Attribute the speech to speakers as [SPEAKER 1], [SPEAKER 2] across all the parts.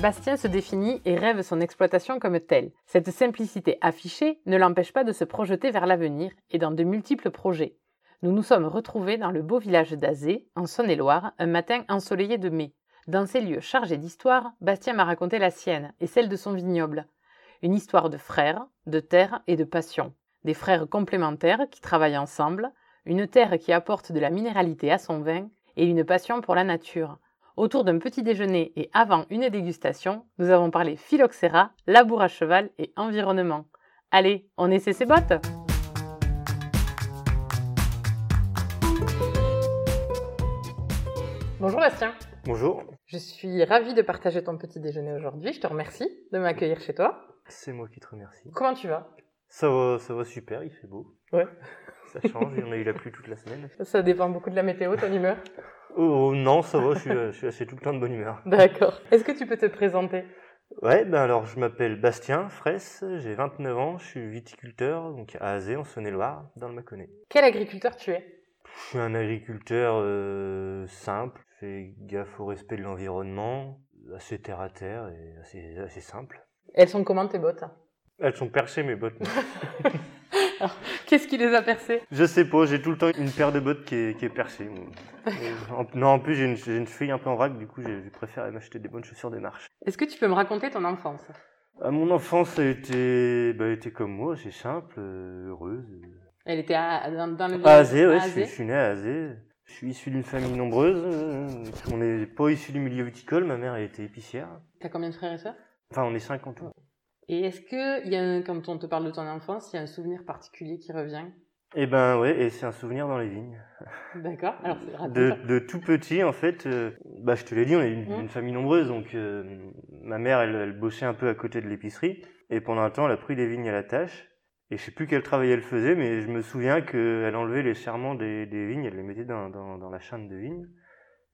[SPEAKER 1] Bastien se définit et rêve son exploitation comme telle. Cette simplicité affichée ne l'empêche pas de se projeter vers l'avenir et dans de multiples projets. Nous nous sommes retrouvés dans le beau village d'Azé, en Saône-et-Loire, un matin ensoleillé de mai. Dans ces lieux chargés d'histoire, Bastien m'a raconté la sienne et celle de son vignoble. Une histoire de frères, de terre et de passion. Des frères complémentaires qui travaillent ensemble, une terre qui apporte de la minéralité à son vin et une passion pour la nature. Autour d'un petit déjeuner et avant une dégustation, nous avons parlé phylloxéra, labour à cheval et environnement. Allez, on essaie ses bottes Bonjour Bastien,
[SPEAKER 2] Bonjour,
[SPEAKER 1] je suis ravie de partager ton petit déjeuner aujourd'hui. Je te remercie de m'accueillir chez toi.
[SPEAKER 2] c'est moi qui te remercie.
[SPEAKER 1] Comment tu vas
[SPEAKER 2] Ça va, ça va super, il fait beau.
[SPEAKER 1] Ouais.
[SPEAKER 2] Ça change, on a eu la pluie toute la semaine.
[SPEAKER 1] Ça dépend beaucoup de la météo, ton humeur.
[SPEAKER 2] Oh, oh, non, ça va, je suis, euh, je suis assez tout le temps de bonne humeur.
[SPEAKER 1] D'accord. Est-ce que tu peux te présenter
[SPEAKER 2] Ouais, ben alors je m'appelle Bastien Fraisse, j'ai 29 ans, je suis viticulteur, donc à Azé, en Saône-et-Loire, dans le Mâconnais.
[SPEAKER 1] Quel agriculteur tu es
[SPEAKER 2] Je suis un agriculteur euh, simple, je fais gaffe au respect de l'environnement, assez terre à terre et assez, assez simple.
[SPEAKER 1] Elles sont comment tes bottes
[SPEAKER 2] Elles sont perchées mes bottes.
[SPEAKER 1] Qu'est-ce qui les a percées
[SPEAKER 2] Je sais pas, j'ai tout le temps une paire de bottes qui est, qui est percée. moi. En- non, en plus, j'ai une, j'ai une cheville un peu en vrac, du coup, j'ai- je préfère m'acheter des bonnes chaussures de marche.
[SPEAKER 1] Est-ce que tu peux me raconter ton enfance
[SPEAKER 2] Ah, mon enfance a été, bah, a été comme moi, c'est simple, euh, heureuse.
[SPEAKER 1] Elle était à- dans, dans le
[SPEAKER 2] À Azé, ouais,
[SPEAKER 1] Hum,
[SPEAKER 2] je suis,
[SPEAKER 1] Azé.
[SPEAKER 2] je suis né à Azé. Je suis issu d'une famille nombreuse. euh, On n'est pas issu du milieu viticole, ma mère elle était épicière.
[SPEAKER 1] T'as combien de frères et sœurs
[SPEAKER 2] Enfin, on est cinq en tout.
[SPEAKER 1] Et est-ce que, il y a un- quand on te parle de ton enfance, il y a un souvenir particulier qui revient
[SPEAKER 2] Et ben ouais, et c'est un souvenir dans les vignes.
[SPEAKER 1] Ah, D'accord Alors, c'est- raconte.
[SPEAKER 2] De, de tout petit, en fait, euh, bah, je te l'ai dit, on est une,
[SPEAKER 1] Mhm.
[SPEAKER 2] une famille nombreuse, donc euh, ma mère, elle, elle bossait un peu à côté de l'épicerie, et pendant un temps, elle a pris des vignes à la tâche, et je sais plus quel travail elle faisait, mais je me souviens qu'elle enlevait les serments des, des vignes, elle les mettait dans, dans, dans la chaîne de vignes,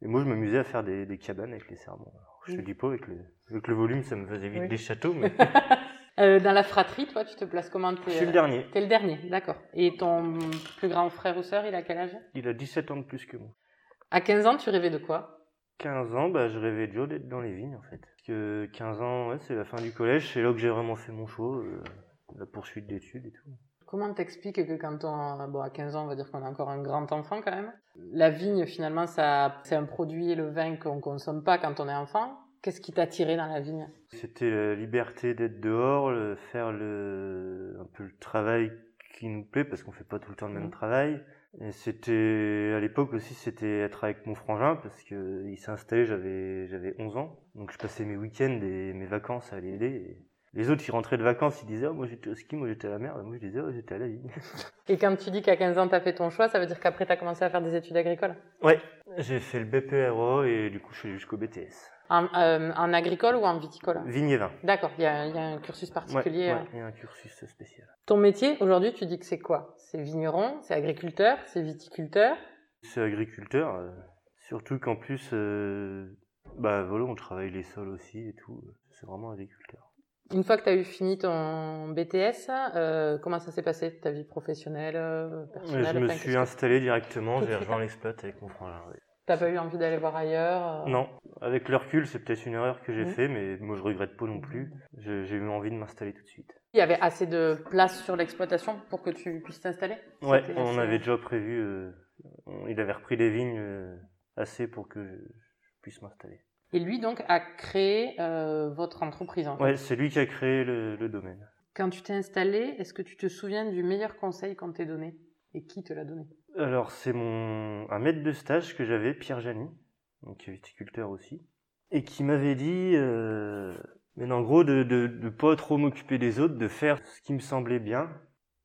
[SPEAKER 2] et moi, je m'amusais à faire des, des cabanes avec les serments. Alors, je te
[SPEAKER 1] Mhm.
[SPEAKER 2] dis pas, avec le, avec le volume, ça me faisait vite
[SPEAKER 1] Oui.
[SPEAKER 2] des châteaux, mais
[SPEAKER 1] Euh, dans la fratrie, toi, tu te places comment
[SPEAKER 2] je
[SPEAKER 1] T'es euh,
[SPEAKER 2] suis le dernier.
[SPEAKER 1] t'es le dernier, d'accord. Et ton plus grand frère ou sœur, il a quel âge
[SPEAKER 2] Il a 17 ans de plus que moi.
[SPEAKER 1] À 15 ans, tu rêvais de quoi
[SPEAKER 2] 15 ans, bah, je rêvais toujours d'être dans les vignes en fait. Parce que 15 ans, ouais, c'est la fin du collège, c'est là que j'ai vraiment fait mon choix, euh, la poursuite d'études et tout.
[SPEAKER 1] Comment t'expliques que quand on... Bon, à 15 ans, on va dire qu'on est encore un grand enfant quand même. La vigne, finalement, ça, c'est un produit et le vin qu'on consomme pas quand on est enfant. Qu'est-ce qui t'a tiré dans la vigne
[SPEAKER 2] C'était la liberté d'être dehors, le- faire le, un peu le travail qui nous plaît parce qu'on fait pas tout le temps le même
[SPEAKER 1] Mhm.
[SPEAKER 2] travail. Et c'était à l'époque aussi, c'était être avec mon frangin parce que il s'est installé, j'avais j'avais 11 ans, donc je passais mes week-ends et mes vacances à l'aider. Et Les autres, ils rentraient de vacances, ils disaient Ah, moi j'étais au ski, moi j'étais à la mer, et moi je disais Ah, j'étais à la vigne.
[SPEAKER 1] Et quand tu dis qu'à 15 ans, t'as fait ton choix, ça veut dire qu'après, t'as commencé à faire des études agricoles
[SPEAKER 2] Ouais, j'ai fait le BPRO et du coup je suis allé jusqu'au BTS.
[SPEAKER 1] En, euh, en agricole ou en viticole
[SPEAKER 2] Vigne et vin.
[SPEAKER 1] D'accord, il y, a il y a un cursus
[SPEAKER 2] Ouais,
[SPEAKER 1] particulier.
[SPEAKER 2] ouais,
[SPEAKER 1] euh.
[SPEAKER 2] et un cursus spécial.
[SPEAKER 1] Ton métier, aujourd'hui, tu dis que c'est quoi C'est vigneron, c'est agriculteur, c'est viticulteur
[SPEAKER 2] C'est agriculteur, euh, surtout qu'en plus, euh, bah voilà, on travaille les sols aussi et tout. euh, C'est vraiment agriculteur.
[SPEAKER 1] Une fois que t'as eu fini ton BTS, euh, comment ça s'est passé ta vie professionnelle, euh,
[SPEAKER 2] Et
[SPEAKER 1] personnelle
[SPEAKER 2] je me
[SPEAKER 1] enfin,
[SPEAKER 2] suis
[SPEAKER 1] qu'est-ce que-
[SPEAKER 2] installé directement,
[SPEAKER 1] Qu'est-ce
[SPEAKER 2] j'ai
[SPEAKER 1] que
[SPEAKER 2] rejoint l'exploit avec mon frangin. ouais.
[SPEAKER 1] T'as pas eu envie d'aller voir ailleurs euh,
[SPEAKER 2] Non, avec le recul, c'est peut-être une erreur que j'ai
[SPEAKER 1] Mhm.
[SPEAKER 2] fait, mais moi je regrette pas non plus. Je- J'ai eu envie de m'installer tout de suite.
[SPEAKER 1] Il y avait assez de place sur l'exploitation pour que tu puisses t'installer
[SPEAKER 2] Ouais,
[SPEAKER 1] C'était
[SPEAKER 2] on
[SPEAKER 1] assez-
[SPEAKER 2] avait déjà prévu. euh, on- il avait repris des vignes euh, assez pour que je puisse m'installer.
[SPEAKER 1] Et lui, donc, a créé euh, votre entreprise. en fait.
[SPEAKER 2] Ouais, c'est lui qui a créé le, le domaine.
[SPEAKER 1] Quand tu t'es installé, est-ce que tu te souviens du meilleur conseil qu'on t'ait donné Et qui te l'a donné
[SPEAKER 2] Alors, c'est mon un maître de stage que j'avais, Pierre Jani, donc viticulteur aussi, et qui m'avait dit, euh, mais en gros, de, de, de pas trop m'occuper des autres, de faire ce qui me semblait bien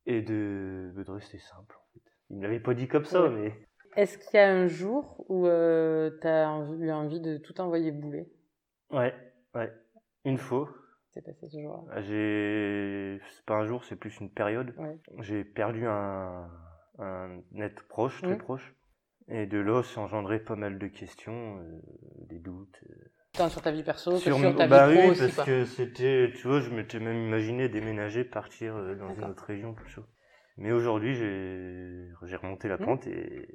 [SPEAKER 2] et de, de rester simple. en fait. Il me l'avait pas dit comme ça,
[SPEAKER 1] Ouais.
[SPEAKER 2] mais
[SPEAKER 1] Est-ce qu'il y a un jour où euh, tu as eu envie de tout envoyer bouler
[SPEAKER 2] Ouais, ouais. Une fois,
[SPEAKER 1] s'est passé ce jour-là
[SPEAKER 2] J'ai. C'est pas un jour, c'est plus une période.
[SPEAKER 1] Ouais.
[SPEAKER 2] J'ai perdu un, un être proche, très
[SPEAKER 1] Mhm.
[SPEAKER 2] proche. Et de là, ça engendré pas mal de questions, euh, des doutes.
[SPEAKER 1] Tant sur ta vie perso que sur,
[SPEAKER 2] mon-
[SPEAKER 1] ta vie
[SPEAKER 2] bah
[SPEAKER 1] pro
[SPEAKER 2] oui,
[SPEAKER 1] aussi,
[SPEAKER 2] parce
[SPEAKER 1] quoi.
[SPEAKER 2] que c'était. Tu vois, je m'étais même imaginé déménager, partir euh, dans une
[SPEAKER 1] D'accord.
[SPEAKER 2] autre région plus chaud. Mais aujourd'hui, j'ai j'ai remonté la
[SPEAKER 1] Mhm.
[SPEAKER 2] pente et,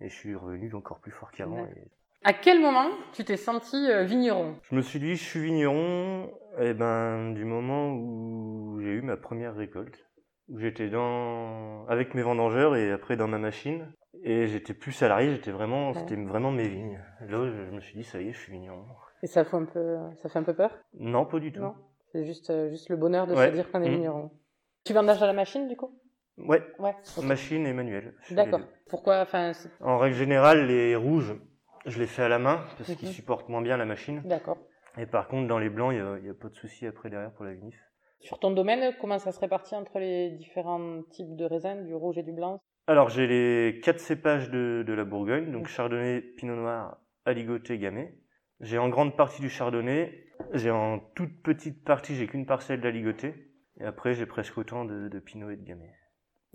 [SPEAKER 2] et je suis revenu encore plus fort qu'avant.
[SPEAKER 1] D'accord.
[SPEAKER 2] et-
[SPEAKER 1] À quel moment tu t'es senti euh, vigneron
[SPEAKER 2] Je me suis dit, je suis vigneron, et ben, du moment où j'ai eu ma première récolte, où j'étais dans, avec mes vendangeurs et après dans ma machine, et j'étais plus salarié, j'étais vraiment,
[SPEAKER 1] Ouais.
[SPEAKER 2] c'était vraiment mes vignes. Là, je me suis dit, ça y est, je suis vigneron.
[SPEAKER 1] Et ça fait un peu, ça fait un peu peur
[SPEAKER 2] Non, pas du tout.
[SPEAKER 1] Non. C'est juste, euh, juste le bonheur de
[SPEAKER 2] Ouais.
[SPEAKER 1] se dire qu'on est
[SPEAKER 2] Mhm.
[SPEAKER 1] vigneron. Tu vendages à la machine du coup
[SPEAKER 2] Ouais,
[SPEAKER 1] Ouais. ok.
[SPEAKER 2] machine et manuel. je fais les
[SPEAKER 1] D'accord.
[SPEAKER 2] deux.
[SPEAKER 1] Pourquoi Enfin, c'est-
[SPEAKER 2] En règle générale, les rouges, je les fais à la main, parce qu'ils
[SPEAKER 1] Mhm.
[SPEAKER 2] supportent moins bien la machine.
[SPEAKER 1] d'accord.
[SPEAKER 2] Et par contre, dans les blancs, il n'y a, il y a pas de souci après derrière pour la vinif.
[SPEAKER 1] Sur ton domaine, comment ça se répartit entre les différents types de raisins, du rouge et du blanc
[SPEAKER 2] Alors, j'ai les quatre cépages de, de la Bourgogne, donc
[SPEAKER 1] Mhm.
[SPEAKER 2] chardonnay, pinot noir, aligoté, gamay. J'ai en grande partie du chardonnay, j'ai en toute petite partie, j'ai qu'une parcelle d'aligoté, et après j'ai presque autant de, de pinot et de gamay.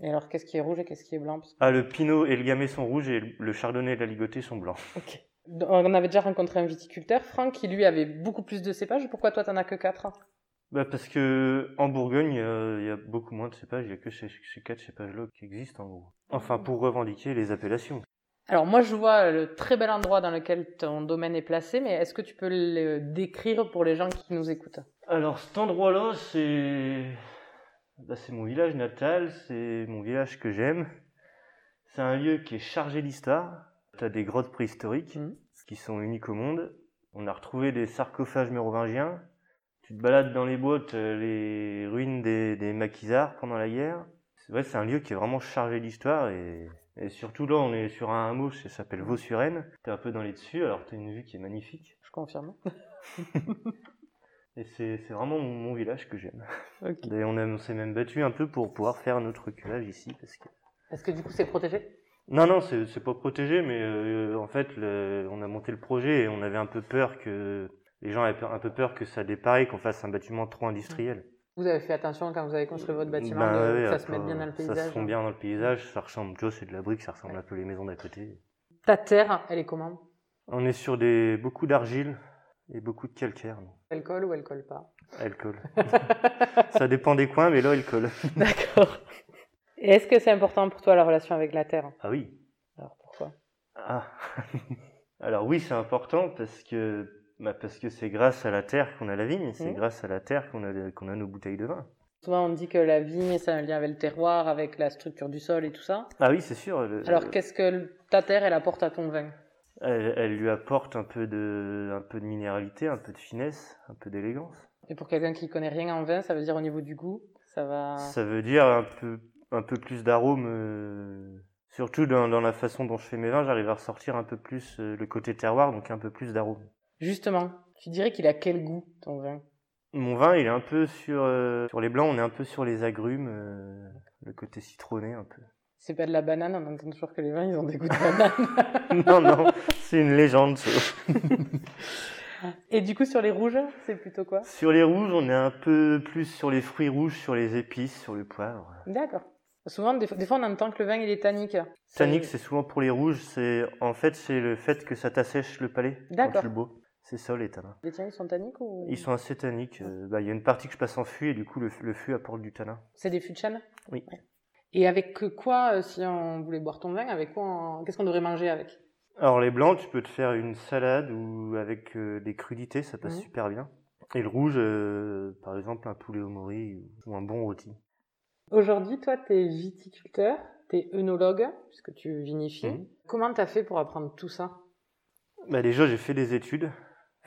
[SPEAKER 1] Et alors, qu'est-ce qui est rouge et qu'est-ce qui est blanc Parce que-
[SPEAKER 2] Ah, le pinot et le gamay sont rouges et le- le chardonnay et l'aligoté sont blancs.
[SPEAKER 1] Ok. Donc, On avait déjà rencontré un viticulteur, Franck, qui lui avait beaucoup plus de cépages. Pourquoi toi, t'en as que 4
[SPEAKER 2] Bah parce que en Bourgogne, euh, il y a beaucoup moins de cépages, il y a que ces, ces quatre cépages-là qui existent en gros. Enfin, pour revendiquer les appellations.
[SPEAKER 1] Alors moi je vois le très bel endroit dans lequel ton domaine est placé, mais est-ce que tu peux le décrire pour les gens qui nous écoutent
[SPEAKER 2] Alors cet endroit-là, c'est bah, c'est mon village natal, c'est mon village que j'aime. C'est un lieu qui est chargé d'histoire. T'as des grottes préhistoriques
[SPEAKER 1] Mhm.
[SPEAKER 2] qui sont uniques au monde. On a retrouvé des sarcophages mérovingiens. Tu te balades dans les bois, t'as les ruines des, des maquisards pendant la guerre. C'est vrai, c'est un lieu qui est vraiment chargé d'histoire et, et surtout là, on est sur un hameau, ça s'appelle Vaux-sur-Aisne. T'es un peu dans les dessus, alors t'as une vue qui est magnifique.
[SPEAKER 1] Je confirme.
[SPEAKER 2] Et c'est c'est vraiment mon, mon village que j'aime.
[SPEAKER 1] Ok.
[SPEAKER 2] D'ailleurs, Ben, on, a- on s'est même battu un peu pour pouvoir faire notre culage ici. Parce que...
[SPEAKER 1] Est-ce que du coup c'est protégé
[SPEAKER 2] Non, non, c'est c'est pas protégé, mais euh, en fait, le- on a monté le projet et on avait un peu peur que. Les gens avaient peur- un peu peur que ça dépareille, qu'on fasse un bâtiment trop industriel.
[SPEAKER 1] Vous avez fait attention quand vous avez construit votre bâtiment,
[SPEAKER 2] Ben
[SPEAKER 1] de-
[SPEAKER 2] ouais,
[SPEAKER 1] que ça se
[SPEAKER 2] après,
[SPEAKER 1] mette bien dans le
[SPEAKER 2] Ça
[SPEAKER 1] paysage. hein.
[SPEAKER 2] se fond bien dans le paysage, ça ressemble, tu vois, c'est de la brique, ça ressemble un peu les maisons d'à côté.
[SPEAKER 1] Ta terre, elle est comment
[SPEAKER 2] On est sur des beaucoup d'argile et beaucoup de calcaire, non
[SPEAKER 1] Elle colle ou elle colle pas
[SPEAKER 2] Elle colle. ça dépend des coins, mais là, elle colle.
[SPEAKER 1] D'accord. Et est-ce que c'est important pour toi la relation avec la terre
[SPEAKER 2] Ah oui,
[SPEAKER 1] Alors pourquoi
[SPEAKER 2] Ah. Alors oui, c'est important parce que bah, parce que c'est grâce à la terre qu'on a la vigne, c'est
[SPEAKER 1] Mhm.
[SPEAKER 2] grâce à la terre qu'on a qu'on a nos bouteilles de vin.
[SPEAKER 1] Souvent on dit que la vigne, ça a un lien avec le terroir, avec la structure du sol et tout ça.
[SPEAKER 2] Ah oui, c'est sûr. le-
[SPEAKER 1] Alors qu'est-ce que ta terre, elle apporte à ton vin
[SPEAKER 2] elle, elle lui apporte un peu de un peu de minéralité, un peu de finesse, un peu d'élégance.
[SPEAKER 1] Et pour quelqu'un qui connaît rien en vin, ça veut dire au niveau du goût, ça va.
[SPEAKER 2] Ça veut dire un peu un peu plus d'arôme. euh, Surtout dans, dans la façon dont je fais mes vins, j'arrive à ressortir un peu plus euh, le côté terroir, donc un peu plus d'arôme.
[SPEAKER 1] Justement, tu dirais qu'il a quel goût ton vin
[SPEAKER 2] Mon vin, il est un peu sur euh, sur les blancs, on est un peu sur les agrumes, euh, le côté citronné un peu.
[SPEAKER 1] C'est pas de la banane, on entend toujours que les vins ils ont des goûts de banane.
[SPEAKER 2] non, non, c'est une légende. ça.
[SPEAKER 1] Et du coup sur les rouges, c'est plutôt quoi
[SPEAKER 2] Sur les rouges, on est un peu plus sur les fruits rouges, sur les épices, sur le poivre.
[SPEAKER 1] D'accord. Souvent, des, fois- des fois on entend que le vin il est tannique.
[SPEAKER 2] Tannique, c'est souvent pour les rouges, c'est en fait c'est le fait que ça t'assèche le palais quand
[SPEAKER 1] D'accord. Mmh.
[SPEAKER 2] tu le bois. C'est ça les tanins.
[SPEAKER 1] Les tiens ils sont tanniques ou
[SPEAKER 2] Ils sont assez tanniques. euh, bah, Il y a une partie que je passe en fût et du coup le, le fût apporte du tanin.
[SPEAKER 1] C'est des fûts de chêne
[SPEAKER 2] Oui.
[SPEAKER 1] Ouais. Et avec que quoi, euh, si on voulait boire ton vin, avec quoi, on- qu'est-ce qu'on devrait manger avec
[SPEAKER 2] Alors les blancs, tu peux te faire une salade ou avec euh, des crudités, ça passe
[SPEAKER 1] Mhm.
[SPEAKER 2] super bien. Et le rouge, euh, par exemple un poulet au mori ou un bon rôti.
[SPEAKER 1] Aujourd'hui, toi, t'es viticulteur, t'es œnologue, puisque tu vinifies.
[SPEAKER 2] Mhm.
[SPEAKER 1] Comment t'as fait pour apprendre tout ça
[SPEAKER 2] Bah déjà, j'ai fait des études.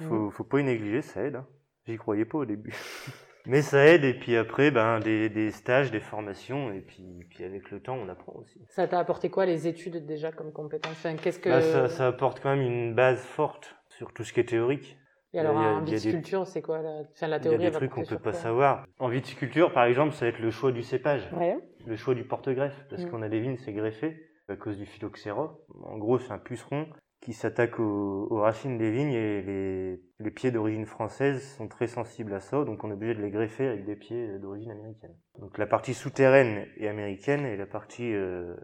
[SPEAKER 2] Faut,
[SPEAKER 1] Mhm.
[SPEAKER 2] faut pas y négliger, ça aide. hein. J'y croyais pas au début. Mais ça aide, et puis après, ben, des, des stages, des formations, et puis, puis avec le temps, on apprend aussi.
[SPEAKER 1] Ça t'a apporté quoi les études déjà comme compétence Enfin, qu'est-ce que
[SPEAKER 2] Bah, ça, ça apporte quand même une base forte sur tout ce qui est théorique.
[SPEAKER 1] Et alors
[SPEAKER 2] il y a-
[SPEAKER 1] en
[SPEAKER 2] il y a des-
[SPEAKER 1] viticulture, c'est quoi la, enfin, la
[SPEAKER 2] Il y a
[SPEAKER 1] théorie
[SPEAKER 2] des
[SPEAKER 1] elle va
[SPEAKER 2] trucs qu'on
[SPEAKER 1] porter
[SPEAKER 2] peut
[SPEAKER 1] sur
[SPEAKER 2] pas
[SPEAKER 1] quoi
[SPEAKER 2] savoir. En viticulture, par exemple, ça va être le choix du cépage,
[SPEAKER 1] Ouais.
[SPEAKER 2] le choix du porte-greffe, parce
[SPEAKER 1] Mhm.
[SPEAKER 2] qu'on a des vignes, c'est greffé à cause du phylloxéra. En gros, c'est un puceron qui s'attaque aux, aux racines des vignes et les, les pieds d'origine française sont très sensibles à ça, donc on est obligé de les greffer avec des pieds d'origine américaine. Donc la partie souterraine est américaine et la partie euh,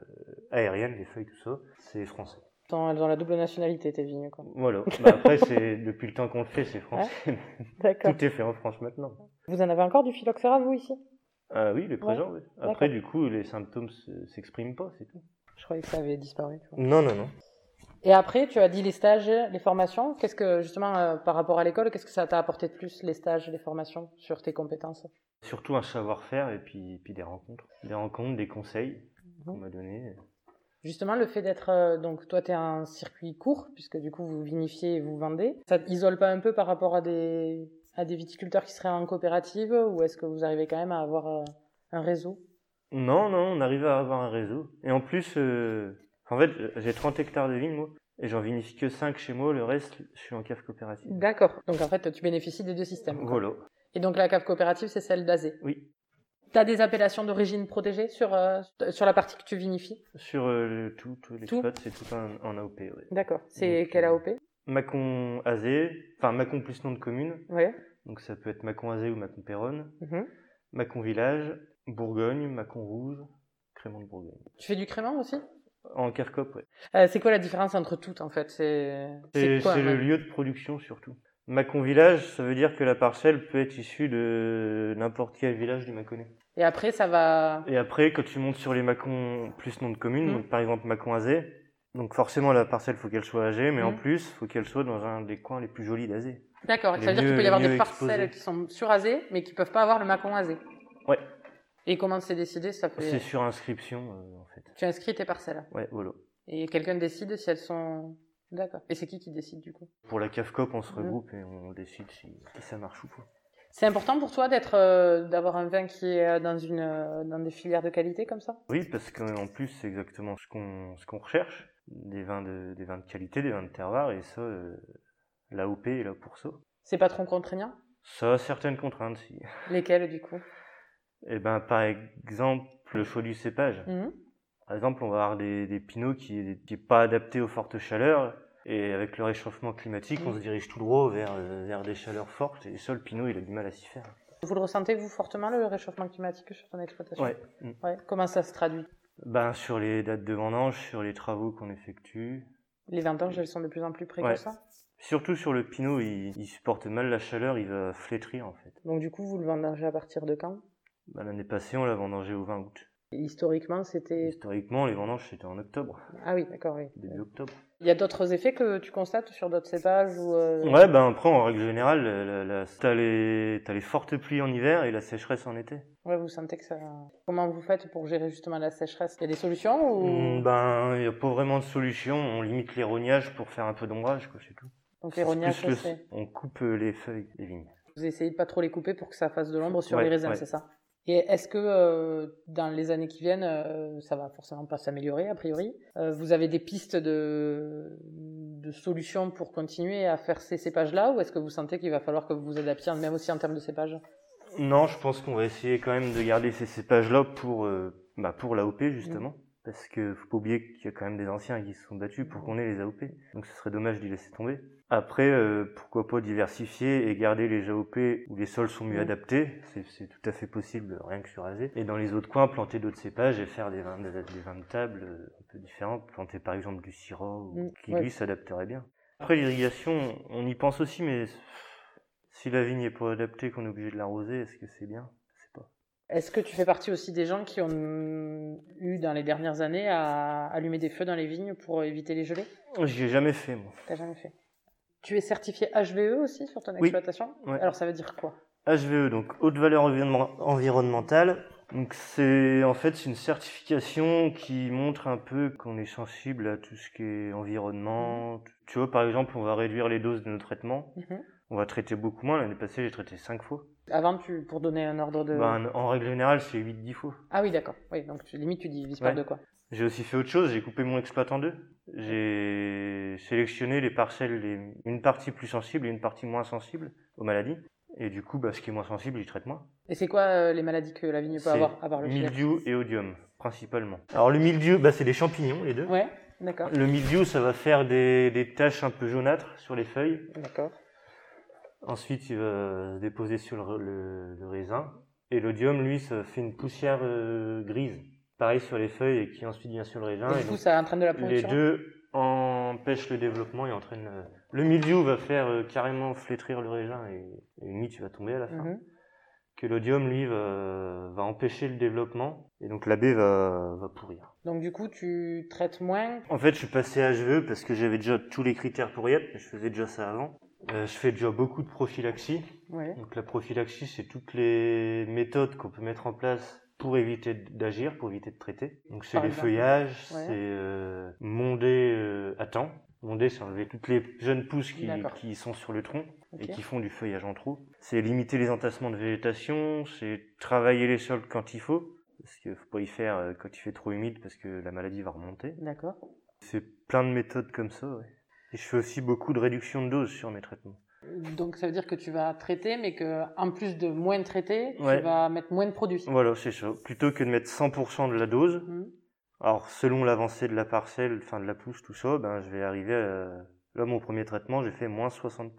[SPEAKER 2] aérienne, les feuilles, tout ça, c'est français.
[SPEAKER 1] Attends, elles ont la double nationalité, tes vignes, quoi.
[SPEAKER 2] Voilà. Bah après, c'est depuis le temps qu'on le fait, c'est français.
[SPEAKER 1] D'accord.
[SPEAKER 2] Tout est fait en France maintenant.
[SPEAKER 1] Vous en avez encore du phylloxéra, vous, ici
[SPEAKER 2] Ah oui, il est présent. oui. Après, du coup, les symptômes se- s'expriment pas, c'est tout.
[SPEAKER 1] Je croyais que ça avait disparu. tu vois.
[SPEAKER 2] Non, non, non.
[SPEAKER 1] Et après, tu as dit les stages, les formations. Qu'est-ce que, justement, euh, par rapport à l'école, qu'est-ce que ça t'a apporté de plus, les stages, les formations, sur tes compétences
[SPEAKER 2] Surtout un savoir-faire et puis, puis des rencontres. Des rencontres, des conseils qu'on m'a donnés.
[SPEAKER 1] Justement, le fait d'être. euh, donc, toi, tu es un circuit court, puisque du coup, vous vinifiez et vous vendez. Ça t'isole pas un peu par rapport à des, à des viticulteurs qui seraient en coopérative Ou est-ce que vous arrivez quand même à avoir euh, un réseau
[SPEAKER 2] Non, non, on arrive à avoir un réseau. Et en plus, euh, en fait, j'ai 30 hectares de vignes, moi. Et j'en vinifie que 5 chez moi, le reste, je suis en cave coopérative.
[SPEAKER 1] D'accord. Donc, en fait, tu bénéficies des deux systèmes. quoi.
[SPEAKER 2] Voilà.
[SPEAKER 1] Et donc, la cave coopérative, c'est celle d'Azé.
[SPEAKER 2] Oui.
[SPEAKER 1] Tu as des appellations d'origine protégées sur, euh, sur la partie que tu vinifies
[SPEAKER 2] Sur euh, le- tout, tout les
[SPEAKER 1] Tout.
[SPEAKER 2] spots, c'est tout en, en AOP, ouais.
[SPEAKER 1] D'accord. C'est
[SPEAKER 2] Donc,
[SPEAKER 1] quelle
[SPEAKER 2] euh,
[SPEAKER 1] AOP
[SPEAKER 2] Macon Azé, enfin Macon plus nom de commune,
[SPEAKER 1] Ouais.
[SPEAKER 2] donc ça peut être Macon Azé ou Macon Péronne,
[SPEAKER 1] Mhm.
[SPEAKER 2] Macon Village, Bourgogne, Macon Rouge, Crémant de Bourgogne.
[SPEAKER 1] Tu fais du crément aussi
[SPEAKER 2] En Kerkop, ouais.
[SPEAKER 1] Euh, C'est quoi la différence entre toutes, en fait C'est
[SPEAKER 2] C'est
[SPEAKER 1] quoi
[SPEAKER 2] c'est le
[SPEAKER 1] un-
[SPEAKER 2] lieu de production surtout. Macon Village, ça veut dire que la parcelle peut être issue de n'importe quel village du Mâconnais.
[SPEAKER 1] Et après, ça va.
[SPEAKER 2] Et après, quand tu montes sur les Macon plus nom de commune,
[SPEAKER 1] Mhm.
[SPEAKER 2] donc par exemple Macon Azé, donc forcément la parcelle faut qu'elle soit âgée, mais en
[SPEAKER 1] Mhm.
[SPEAKER 2] plus faut qu'elle soit dans un des coins les plus jolis d'Azé.
[SPEAKER 1] D'accord, ça
[SPEAKER 2] Les
[SPEAKER 1] veut dire qu'il
[SPEAKER 2] mieux-
[SPEAKER 1] peut y avoir
[SPEAKER 2] mieux
[SPEAKER 1] des parcelles
[SPEAKER 2] exposés.
[SPEAKER 1] qui sont surasées, mais qui peuvent pas avoir le macon asé.
[SPEAKER 2] Ouais.
[SPEAKER 1] Et comment c'est décidé ça peut...
[SPEAKER 2] C'est sur inscription euh, en fait.
[SPEAKER 1] Tu inscris tes parcelles.
[SPEAKER 2] Ouais, voilà.
[SPEAKER 1] Et quelqu'un décide si elles sont. D'accord. Et c'est qui qui décide du coup
[SPEAKER 2] Pour la CAFCOP, on se
[SPEAKER 1] Mhm.
[SPEAKER 2] regroupe et on décide si, si ça marche ou pas.
[SPEAKER 1] C'est important pour toi d'être, euh, d'avoir un vin qui est euh, dans une, euh, dans des filières de qualité comme ça
[SPEAKER 2] Oui, parce qu'en plus, c'est exactement ce qu'on ce qu'on recherche. Des vins, de, des vins de qualité, des vins de terroir, et ça, euh, l'AOP est là pour ça.
[SPEAKER 1] C'est pas trop contraignant
[SPEAKER 2] Ça a certaines contraintes, si.
[SPEAKER 1] Lesquelles du coup
[SPEAKER 2] Et ben, par exemple, le choix du cépage.
[SPEAKER 1] Mhm.
[SPEAKER 2] Par exemple, on va avoir des, des pinots qui n'est pas adapté aux fortes chaleurs. Et avec le réchauffement climatique, on
[SPEAKER 1] Mhm.
[SPEAKER 2] se dirige tout droit vers, euh, vers des chaleurs fortes. Et ça, le pinot, il a du mal à s'y faire.
[SPEAKER 1] Vous le ressentez vous fortement le réchauffement climatique sur ton exploitation
[SPEAKER 2] Ouais. Mhm.
[SPEAKER 1] Ouais. Comment ça se traduit
[SPEAKER 2] Ben, sur les dates de vendange, sur les travaux qu'on effectue.
[SPEAKER 1] Les vendanges, elles sont de plus en plus précoces.
[SPEAKER 2] Ouais.
[SPEAKER 1] hein
[SPEAKER 2] Surtout sur le pinot, il, il supporte mal la chaleur, il va flétrir en fait.
[SPEAKER 1] Donc du coup, vous le vendangez à partir de quand
[SPEAKER 2] Ben, L'année passée, on l'a vendangé au 20 août.
[SPEAKER 1] Historiquement, c'était.
[SPEAKER 2] Historiquement, les vendanges c'était en octobre,
[SPEAKER 1] Ah oui, d'accord, oui.
[SPEAKER 2] début octobre.
[SPEAKER 1] Il y a d'autres effets que tu constates sur d'autres cépages ou. euh,
[SPEAKER 2] Ouais, ben après, en règle générale, la- la- la- t'as les, t'as les fortes pluies en hiver et la sécheresse en été.
[SPEAKER 1] ouais, vous sentez que ça. Comment vous faites pour gérer justement la sécheresse Il y a des solutions ou.
[SPEAKER 2] Mm, Ben, il n'y a pas vraiment de solution, on limite les rognages pour faire un peu d'ombrage, quoi, c'est tout.
[SPEAKER 1] Donc
[SPEAKER 2] C'est
[SPEAKER 1] les rognages,
[SPEAKER 2] plus le-
[SPEAKER 1] ça, c'est-
[SPEAKER 2] On coupe euh, les feuilles des vignes.
[SPEAKER 1] vous essayez de pas trop les couper pour que ça fasse de l'ombre sur
[SPEAKER 2] Ouais,
[SPEAKER 1] les raisins,
[SPEAKER 2] ouais.
[SPEAKER 1] c'est ça Et est-ce que euh, dans les années qui viennent, euh, ça va forcément pas s'améliorer a priori Euh, Vous avez des pistes de de solutions pour continuer à faire ces cépages-là ou est-ce que vous sentez qu'il va falloir que vous vous adaptiez même aussi en termes de cépages
[SPEAKER 2] Non, je pense qu'on va essayer quand même de garder ces cépages-là pour, euh, bah, pour l'AOP, justement. Parce que faut pas oublier qu'il y a quand même des anciens qui se sont battus pour qu'on ait les AOP. Donc ce serait dommage d'y laisser tomber. Après, euh, pourquoi pas diversifier et garder les AOP où les sols sont mieux
[SPEAKER 1] Mm.
[SPEAKER 2] adaptés. C'est- C'est tout à fait possible, rien que sur Azé. Et dans les autres coins, planter d'autres cépages et faire des vins, des, des vins de table euh, un peu différents. Planter par exemple du syrah, ou-
[SPEAKER 1] Mm,
[SPEAKER 2] qui
[SPEAKER 1] ouais.
[SPEAKER 2] lui s'adapterait bien. Après l'irrigation, on y pense aussi, mais si la vigne est pas adaptée, qu'on est obligé de l'arroser, est-ce que c'est bien Je sais pas.
[SPEAKER 1] Est-ce que tu fais partie aussi des gens qui ont eu dans les dernières années à allumer des feux dans les vignes pour éviter les gelées
[SPEAKER 2] J'y ai jamais fait, moi.
[SPEAKER 1] T'as jamais fait. Tu es certifié HVE aussi sur ton
[SPEAKER 2] Oui.
[SPEAKER 1] exploitation
[SPEAKER 2] Ouais.
[SPEAKER 1] Alors ça veut dire quoi
[SPEAKER 2] HVE, E, donc haute valeur environnement- environnementale. Donc c'est en fait c'est une certification qui montre un peu qu'on est sensible à tout ce qui est environnement. Tu vois par exemple on va réduire les doses de nos traitements.
[SPEAKER 1] Mhm.
[SPEAKER 2] On va traiter beaucoup moins. L'année passée j'ai traité 5 fois.
[SPEAKER 1] Avant, tu, pour donner un ordre de...
[SPEAKER 2] Ben, en règle générale c'est 8-10 fois.
[SPEAKER 1] Ah oui, d'accord. Oui, donc tu, limite, tu divises par
[SPEAKER 2] Ouais.
[SPEAKER 1] deux, quoi.
[SPEAKER 2] J'ai aussi fait autre chose, j'ai coupé mon exploit en deux. J'ai sélectionné les parcelles, les- une partie plus sensible et une partie moins sensible aux maladies. Et du coup, bah, ce qui est moins sensible, j'y traite moins.
[SPEAKER 1] Et c'est quoi euh, les maladies que la vigne peut
[SPEAKER 2] C'est
[SPEAKER 1] avoir, avoir le filet
[SPEAKER 2] mildiou et odium, principalement. Alors le mildiou, bah, c'est des champignons, les deux.
[SPEAKER 1] Ouais. D'accord.
[SPEAKER 2] Le mildiou, ça va faire des, des taches un peu jaunâtres sur les feuilles.
[SPEAKER 1] D'accord.
[SPEAKER 2] Ensuite, il va se déposer sur le, le- le raisin. Et l'odium, lui, ça fait une poussière euh, grise. Pareil sur les feuilles et qui ensuite vient sur le raisin.
[SPEAKER 1] Et
[SPEAKER 2] Et
[SPEAKER 1] du coup,
[SPEAKER 2] donc,
[SPEAKER 1] ça entraîne de la
[SPEAKER 2] les
[SPEAKER 1] pourriture.
[SPEAKER 2] deux empêchent le développement et entraînent... euh, Le mildiou va faire euh, carrément flétrir le raisin et, et limite, il va tomber à la fin.
[SPEAKER 1] Mhm.
[SPEAKER 2] Que l'odium, lui, va, va empêcher le développement. Et donc, la baie va, va pourrir.
[SPEAKER 1] Donc du coup, tu traites moins.
[SPEAKER 2] En fait, je suis passé HVE E parce que j'avais déjà tous les critères pour y être, mais je faisais déjà ça avant. Euh, je fais déjà beaucoup de prophylaxie.
[SPEAKER 1] Ouais.
[SPEAKER 2] Donc la prophylaxie, c'est toutes les méthodes qu'on peut mettre en place pour éviter d'agir, pour éviter de traiter. Donc c'est
[SPEAKER 1] Par
[SPEAKER 2] les
[SPEAKER 1] exemple.
[SPEAKER 2] feuillages,
[SPEAKER 1] Ouais.
[SPEAKER 2] c'est euh, monder euh, à temps. Monder, c'est enlever toutes les jeunes pousses qui,
[SPEAKER 1] D'accord.
[SPEAKER 2] qui sont sur le tronc
[SPEAKER 1] Ok.
[SPEAKER 2] et qui font du feuillage en trou. C'est limiter les entassements de végétation, c'est travailler les sols quand il faut, parce qu'il faut pas y faire euh, quand il fait trop humide, parce que la maladie va remonter.
[SPEAKER 1] D'accord.
[SPEAKER 2] C'est plein de méthodes comme ça, ouais. Et je fais aussi beaucoup de réduction de doses sur mes traitements.
[SPEAKER 1] Donc ça veut dire que tu vas traiter, mais que en plus de moins traiter,
[SPEAKER 2] Ouais.
[SPEAKER 1] tu vas mettre moins de produits.
[SPEAKER 2] Voilà, c'est ça. Plutôt que de mettre 100% de la dose,
[SPEAKER 1] Mhm.
[SPEAKER 2] alors selon l'avancée de la parcelle, enfin de la pousse, tout ça, ben je vais arriver à... Là, mon premier traitement, j'ai fait moins 60%.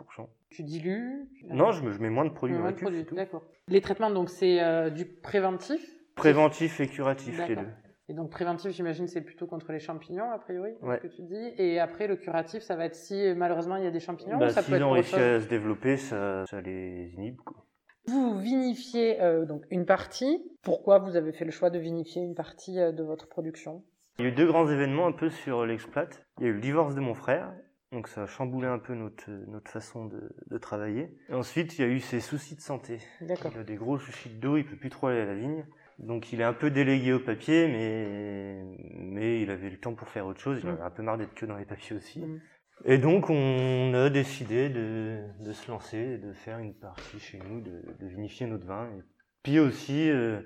[SPEAKER 1] Tu dilues.
[SPEAKER 2] Non, je, me- je mets moins de produits
[SPEAKER 1] Ah. moins de
[SPEAKER 2] molécules,
[SPEAKER 1] produits.
[SPEAKER 2] c'est tout.
[SPEAKER 1] D'accord. Les traitements, donc c'est euh, du préventif.
[SPEAKER 2] Préventif et curatif, les
[SPEAKER 1] D'accord.
[SPEAKER 2] deux.
[SPEAKER 1] Et donc préventif, j'imagine, c'est plutôt contre les champignons a priori,
[SPEAKER 2] Ouais.
[SPEAKER 1] ce que tu dis. Et après le curatif, ça va être si euh, malheureusement il y a des champignons, ou
[SPEAKER 2] Bah,
[SPEAKER 1] ça peut
[SPEAKER 2] S'ils
[SPEAKER 1] être
[SPEAKER 2] ont
[SPEAKER 1] autre
[SPEAKER 2] réussi
[SPEAKER 1] chose.
[SPEAKER 2] à se développer, ça, ça les inhibe. quoi.
[SPEAKER 1] Vous vinifiez euh, donc une partie. Pourquoi vous avez fait le choix de vinifier une partie euh, de votre production
[SPEAKER 2] Il y a eu deux grands événements un peu sur l'exploit. Il y a eu le divorce de mon frère, donc ça a chamboulé un peu notre, euh, notre façon de, de travailler. Et ensuite, il y a eu ses soucis de santé.
[SPEAKER 1] D'accord.
[SPEAKER 2] Il a des gros soucis de dos, il peut plus trop aller à la vigne. Donc il est un peu délégué au papier, mais, mais il avait le temps pour faire autre chose. Il en
[SPEAKER 1] Mm.
[SPEAKER 2] avait un peu marre d'être que dans les papiers aussi.
[SPEAKER 1] Mm.
[SPEAKER 2] Et donc on a décidé de, de se lancer, et de faire une partie chez nous, de, de vinifier notre vin. Et puis aussi, euh,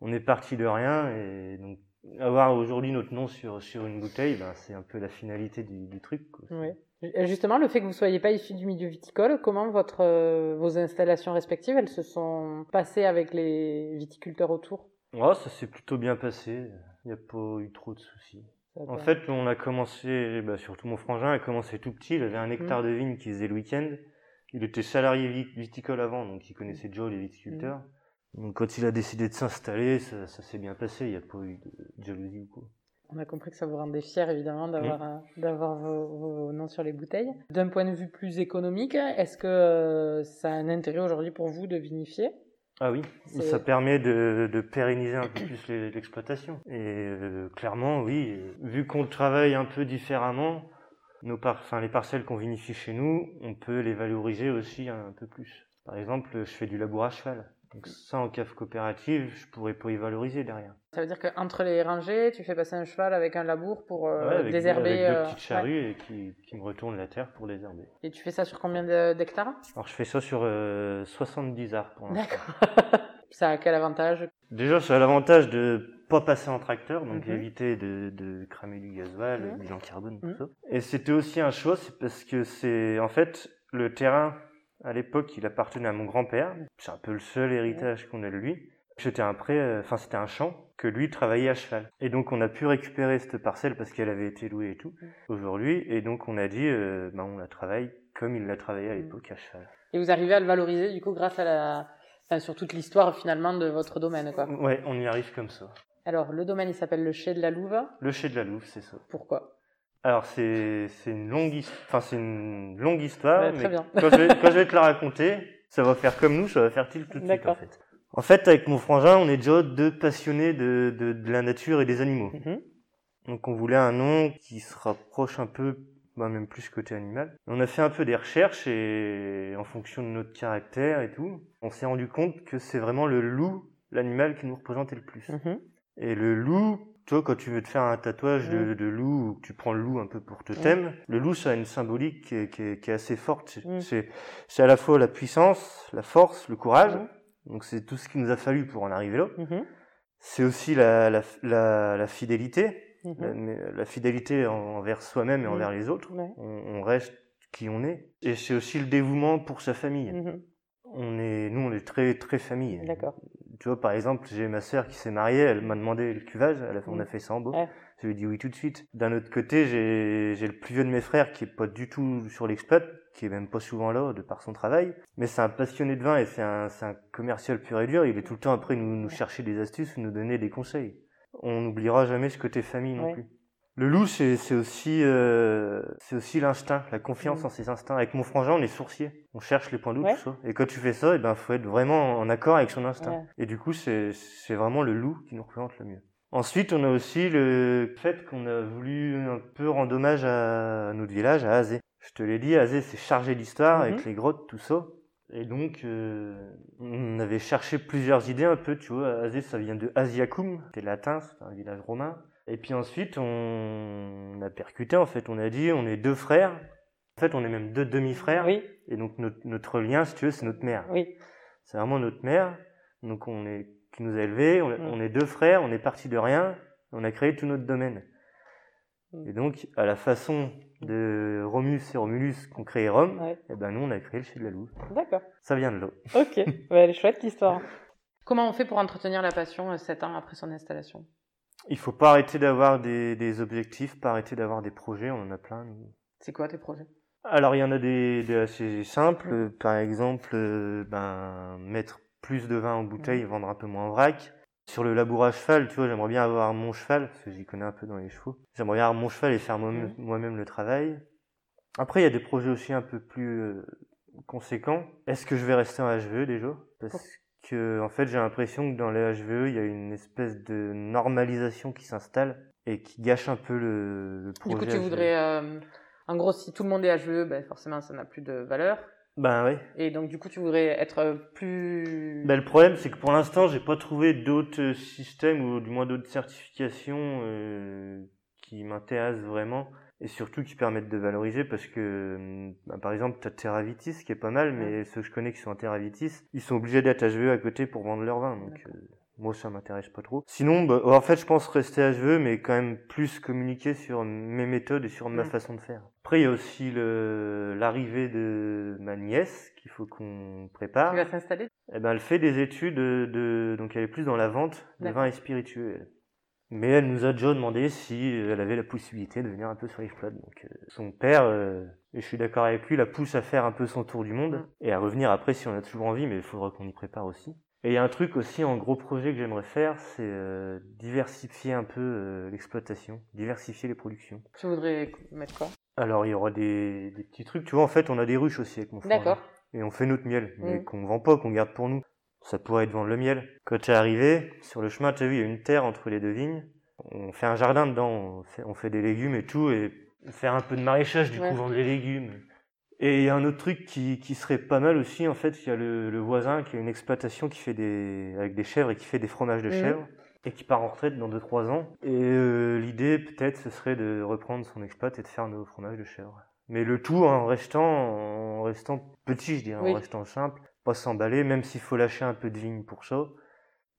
[SPEAKER 2] on est parti de rien. Et donc avoir aujourd'hui notre nom sur, sur une bouteille, ben, c'est un peu la finalité du, du truc. quoi.
[SPEAKER 1] Ouais. Euh, Justement, le fait que vous soyez pas issu du milieu viticole, comment votre, euh, vos installations respectives, elles se sont passées avec les viticulteurs autour
[SPEAKER 2] Oh, ça s'est plutôt bien passé. Il n'y a pas eu trop de soucis.
[SPEAKER 1] Ça va
[SPEAKER 2] En
[SPEAKER 1] pas
[SPEAKER 2] fait, on a commencé, bah, surtout mon frangin a commencé tout petit. Il avait un hectare de vigne qu'il faisait le week-end. Il était salarié vit- viticole avant, donc il connaissait déjà les viticulteurs. Donc quand il a décidé de s'installer, ça, ça s'est bien passé. Il n'y a pas eu de jalousie ou quoi.
[SPEAKER 1] On a compris que ça vous rendait fier, évidemment, d'avoir euh, d'avoir vos, vos noms sur les bouteilles. D'un point de vue plus économique, est-ce que euh, ça a un intérêt aujourd'hui pour vous de vinifier
[SPEAKER 2] Ah oui,
[SPEAKER 1] C'est-
[SPEAKER 2] ça permet de, de pérenniser un peu plus les- l'exploitation. Et euh, clairement, oui, euh, vu qu'on travaille un peu différemment, nos par- enfin, les parcelles qu'on vinifie chez nous, on peut les valoriser aussi un peu plus. Par exemple, je fais du labour à cheval. Donc
[SPEAKER 1] Mm.
[SPEAKER 2] ça, en cave coopérative, je pourrais pas y valoriser derrière.
[SPEAKER 1] Ça veut dire qu'entre les rangées, tu fais passer un cheval avec un labour pour euh,
[SPEAKER 2] Ouais, avec, deux-
[SPEAKER 1] désherber.
[SPEAKER 2] avec deux
[SPEAKER 1] euh,
[SPEAKER 2] petites
[SPEAKER 1] ouais.
[SPEAKER 2] charrues et qui, qui me retournent la terre pour désherber.
[SPEAKER 1] Et tu fais ça sur combien de- d'hectares
[SPEAKER 2] Alors je fais ça sur euh, 70 arbres pour l'instant.
[SPEAKER 1] D'accord. ça a quel avantage
[SPEAKER 2] Déjà, ça a l'avantage de pas passer en tracteur, donc
[SPEAKER 1] Mhm.
[SPEAKER 2] éviter de, de cramer du gasoil,
[SPEAKER 1] Mhm.
[SPEAKER 2] du bilan carbone, tout
[SPEAKER 1] Mhm.
[SPEAKER 2] ça. Et c'était aussi un choix, c'est parce que c'est, en fait, le terrain, à l'époque, il appartenait à mon grand-père. C'est un peu le seul héritage qu'on a de lui. C'était un pré, euh, enfin, c'était un champ que lui travaillait à cheval. Et donc, on a pu récupérer cette parcelle parce qu'elle avait été louée et tout,
[SPEAKER 1] Mhm.
[SPEAKER 2] aujourd'hui. Et donc, on a dit, euh, ben, on la travaille comme il la travaillait à
[SPEAKER 1] Mhm.
[SPEAKER 2] l'époque à cheval.
[SPEAKER 1] Et vous arrivez à le valoriser du coup grâce à la, enfin, sur toute l'histoire finalement de votre domaine quoi.
[SPEAKER 2] Ouais, on y arrive comme ça.
[SPEAKER 1] Alors le domaine il s'appelle le Chai de la Louve.
[SPEAKER 2] Le chai de la Louve, c'est ça.
[SPEAKER 1] Pourquoi
[SPEAKER 2] Alors c'est c'est une longue histoire, enfin c'est une longue histoire.
[SPEAKER 1] Ouais,
[SPEAKER 2] mais
[SPEAKER 1] Très bien.
[SPEAKER 2] quand, je vais, quand je vais te la raconter, ça va faire comme nous, ça va faire tilt tout de suite en
[SPEAKER 1] D'accord.
[SPEAKER 2] fait. En fait, avec mon frangin, on est déjà deux passionnés de, de, de la nature et des animaux.
[SPEAKER 1] Mhm.
[SPEAKER 2] Donc on voulait un nom qui se rapproche un peu, bah, même plus côté animal. On a fait un peu des recherches et en fonction de notre caractère et tout, on s'est rendu compte que c'est vraiment le loup, l'animal qui nous représentait le plus.
[SPEAKER 1] Mhm.
[SPEAKER 2] Et le loup, toi, quand tu veux te faire un tatouage
[SPEAKER 1] Mm.
[SPEAKER 2] de, de loup, ou que tu prends le loup un peu pour te thème, le loup, ça a une symbolique qui est, qui est- qui est assez forte. C'est-
[SPEAKER 1] Mm.
[SPEAKER 2] C'est c'est à la fois la puissance, la force, le courage.
[SPEAKER 1] Mm.
[SPEAKER 2] Donc c'est tout ce qu'il nous a fallu pour en arriver là.
[SPEAKER 1] Mhm.
[SPEAKER 2] C'est aussi la, la, la, la fidélité,
[SPEAKER 1] Mhm.
[SPEAKER 2] la, mais la fidélité en- envers soi-même et
[SPEAKER 1] Mm.
[SPEAKER 2] envers les autres.
[SPEAKER 1] Ouais.
[SPEAKER 2] On, on reste qui on est. Et c'est aussi le dévouement pour sa famille.
[SPEAKER 1] Mhm.
[SPEAKER 2] On est, nous, on est très, très famille.
[SPEAKER 1] D'accord.
[SPEAKER 2] Tu vois, par exemple, j'ai ma sœur qui s'est mariée, elle m'a demandé le cuvage, elle a- on a
[SPEAKER 1] Mm.
[SPEAKER 2] fait ça en beau.
[SPEAKER 1] Ouais.
[SPEAKER 2] Je lui ai dit oui tout de suite. D'un autre côté, j'ai j'ai le plus vieux de mes frères qui est pas du tout sur l'exploit, qui est même pas souvent là de par son travail. Mais c'est un passionné de vin et c'est un, c'est un commercial pur et dur. Il est tout le temps après nous, nous chercher des astuces ou nous donner des conseils. On n'oubliera jamais ce côté famille non
[SPEAKER 1] Ouais.
[SPEAKER 2] plus. Le loup, c'est c'est aussi, euh, c'est aussi l'instinct, la confiance
[SPEAKER 1] Mhm.
[SPEAKER 2] en ses instincts. Avec mon frangin, on est sourcier. On cherche les points doux,
[SPEAKER 1] Ouais.
[SPEAKER 2] tout ça. Et quand tu fais ça, il ben, faut être vraiment en accord avec son instinct.
[SPEAKER 1] Ouais.
[SPEAKER 2] Et du coup, c'est c'est vraiment le loup qui nous représente le mieux. Ensuite, on a aussi le fait qu'on a voulu un peu rendre hommage à notre village, à Azé. Je te l'ai dit, Azé, c'est chargé d'histoire
[SPEAKER 1] Mhm.
[SPEAKER 2] avec les grottes, tout ça. Et donc, euh, on avait cherché plusieurs idées un peu, tu vois. Azé, ça vient de Asiacum, c'est latin, c'est un village romain. Et puis ensuite, on, on a percuté, en fait, on a dit, on est deux frères. En fait, on est même deux demi-frères.
[SPEAKER 1] Oui,
[SPEAKER 2] Et donc, notre, notre lien, si tu veux, c'est notre mère.
[SPEAKER 1] oui.
[SPEAKER 2] C'est vraiment notre mère, donc on est, qui nous a élevés. On,
[SPEAKER 1] Mm.
[SPEAKER 2] on est deux frères, on est parti de rien, on a créé tout notre domaine.
[SPEAKER 1] Mm.
[SPEAKER 2] Et donc, à la façon de Romus et Romulus qu'on créé Rome,
[SPEAKER 1] Ouais.
[SPEAKER 2] eh ben nous on a créé le chez de la Louve.
[SPEAKER 1] D'accord.
[SPEAKER 2] Ça vient de là.
[SPEAKER 1] Ok. Bah, elle est chouette l'histoire. Comment on fait pour entretenir la passion 7 ans après son installation
[SPEAKER 2] Il faut pas arrêter d'avoir des, des objectifs, pas arrêter d'avoir des projets, on en a plein. nous.
[SPEAKER 1] C'est quoi tes projets
[SPEAKER 2] Alors il y en a des, des assez simples, euh, par exemple, euh, ben, mettre plus de vin en bouteille,
[SPEAKER 1] Mm.
[SPEAKER 2] vendre un peu moins en vrac. Sur le labour à cheval, tu vois, j'aimerais bien avoir mon cheval, parce que j'y connais un peu dans les chevaux. J'aimerais bien avoir mon cheval et faire moi-même
[SPEAKER 1] Mhm.
[SPEAKER 2] moi-même le travail. Après, il y a des projets aussi un peu plus euh, conséquents. Est-ce que je vais rester en HVE déjà Parce que, en fait, j'ai l'impression que dans les HVE, il y a une espèce de normalisation qui s'installe et qui gâche un peu le, le
[SPEAKER 1] Du
[SPEAKER 2] projet. E.
[SPEAKER 1] coup, tu
[SPEAKER 2] HVE.
[SPEAKER 1] voudrais. euh, en gros, si tout le monde est HVE, ben, forcément, ça n'a plus de valeur.
[SPEAKER 2] Ben oui.
[SPEAKER 1] Et donc, du coup, tu voudrais être euh, plus.
[SPEAKER 2] Bah, le problème, c'est que pour l'instant, j'ai pas trouvé d'autres euh, systèmes ou du moins d'autres certifications euh, qui m'intéressent vraiment et surtout qui permettent de valoriser parce que, euh, bah, par exemple, t'as Terravitis qui est pas mal, mais ceux que je connais qui sont en Terravitis, ils sont obligés d'être HVE à côté pour vendre leur vin. Donc, euh, moi, ça m'intéresse pas trop. Sinon, bah, en fait, je pense rester HVE, mais quand même plus communiquer sur mes méthodes et sur ma
[SPEAKER 1] Mm.
[SPEAKER 2] façon de faire. Après, il y a aussi le- l'arrivée de ma nièce qu'il faut qu'on prépare.
[SPEAKER 1] Tu vas s'installer
[SPEAKER 2] Eh ben, elle fait des études euh, de, donc elle est plus dans la vente de
[SPEAKER 1] D'accord.
[SPEAKER 2] vins et spiritueux. elle. Mais elle nous a déjà demandé si euh, elle avait la possibilité de venir un peu sur les flottes. Donc euh, son père, euh, et je suis d'accord avec lui, la pousse à faire un peu son tour du monde
[SPEAKER 1] Mm.
[SPEAKER 2] et à revenir après si on a toujours envie, mais il faudra qu'on y prépare aussi. Et il y a un truc aussi en gros projet que j'aimerais faire, c'est euh, diversifier un peu euh, l'exploitation, diversifier les productions.
[SPEAKER 1] Tu voudrais mettre quoi
[SPEAKER 2] Alors il y aura des, des petits trucs, tu vois, en fait on a des ruches aussi avec mon frère
[SPEAKER 1] D'accord.
[SPEAKER 2] et on fait notre miel, mais
[SPEAKER 1] Mm.
[SPEAKER 2] qu'on vend pas, qu'on garde pour nous. Ça pourrait être vendre le miel. Quand t'es arrivé, sur le chemin, t'as vu, il y a une terre entre les deux vignes. On fait un jardin dedans, on fait, on fait des légumes et tout, et faire un peu de maraîchage, du
[SPEAKER 1] Ouais.
[SPEAKER 2] coup, vendre les légumes. Et il y a un autre truc qui, qui serait pas mal aussi, en fait, il y a le, le voisin qui a une exploitation qui fait des, avec des chèvres et qui fait des fromages de
[SPEAKER 1] Mhm.
[SPEAKER 2] chèvres. Et qui part en retraite dans 2-3 ans. Et euh, l'idée, peut-être, ce serait de reprendre son exploit et de faire nos fromages de chèvre. Mais le tout en restant, en restant petit, je dirais,
[SPEAKER 1] Oui.
[SPEAKER 2] en restant simple, pas s'emballer, même s'il faut lâcher un peu de vigne pour ça.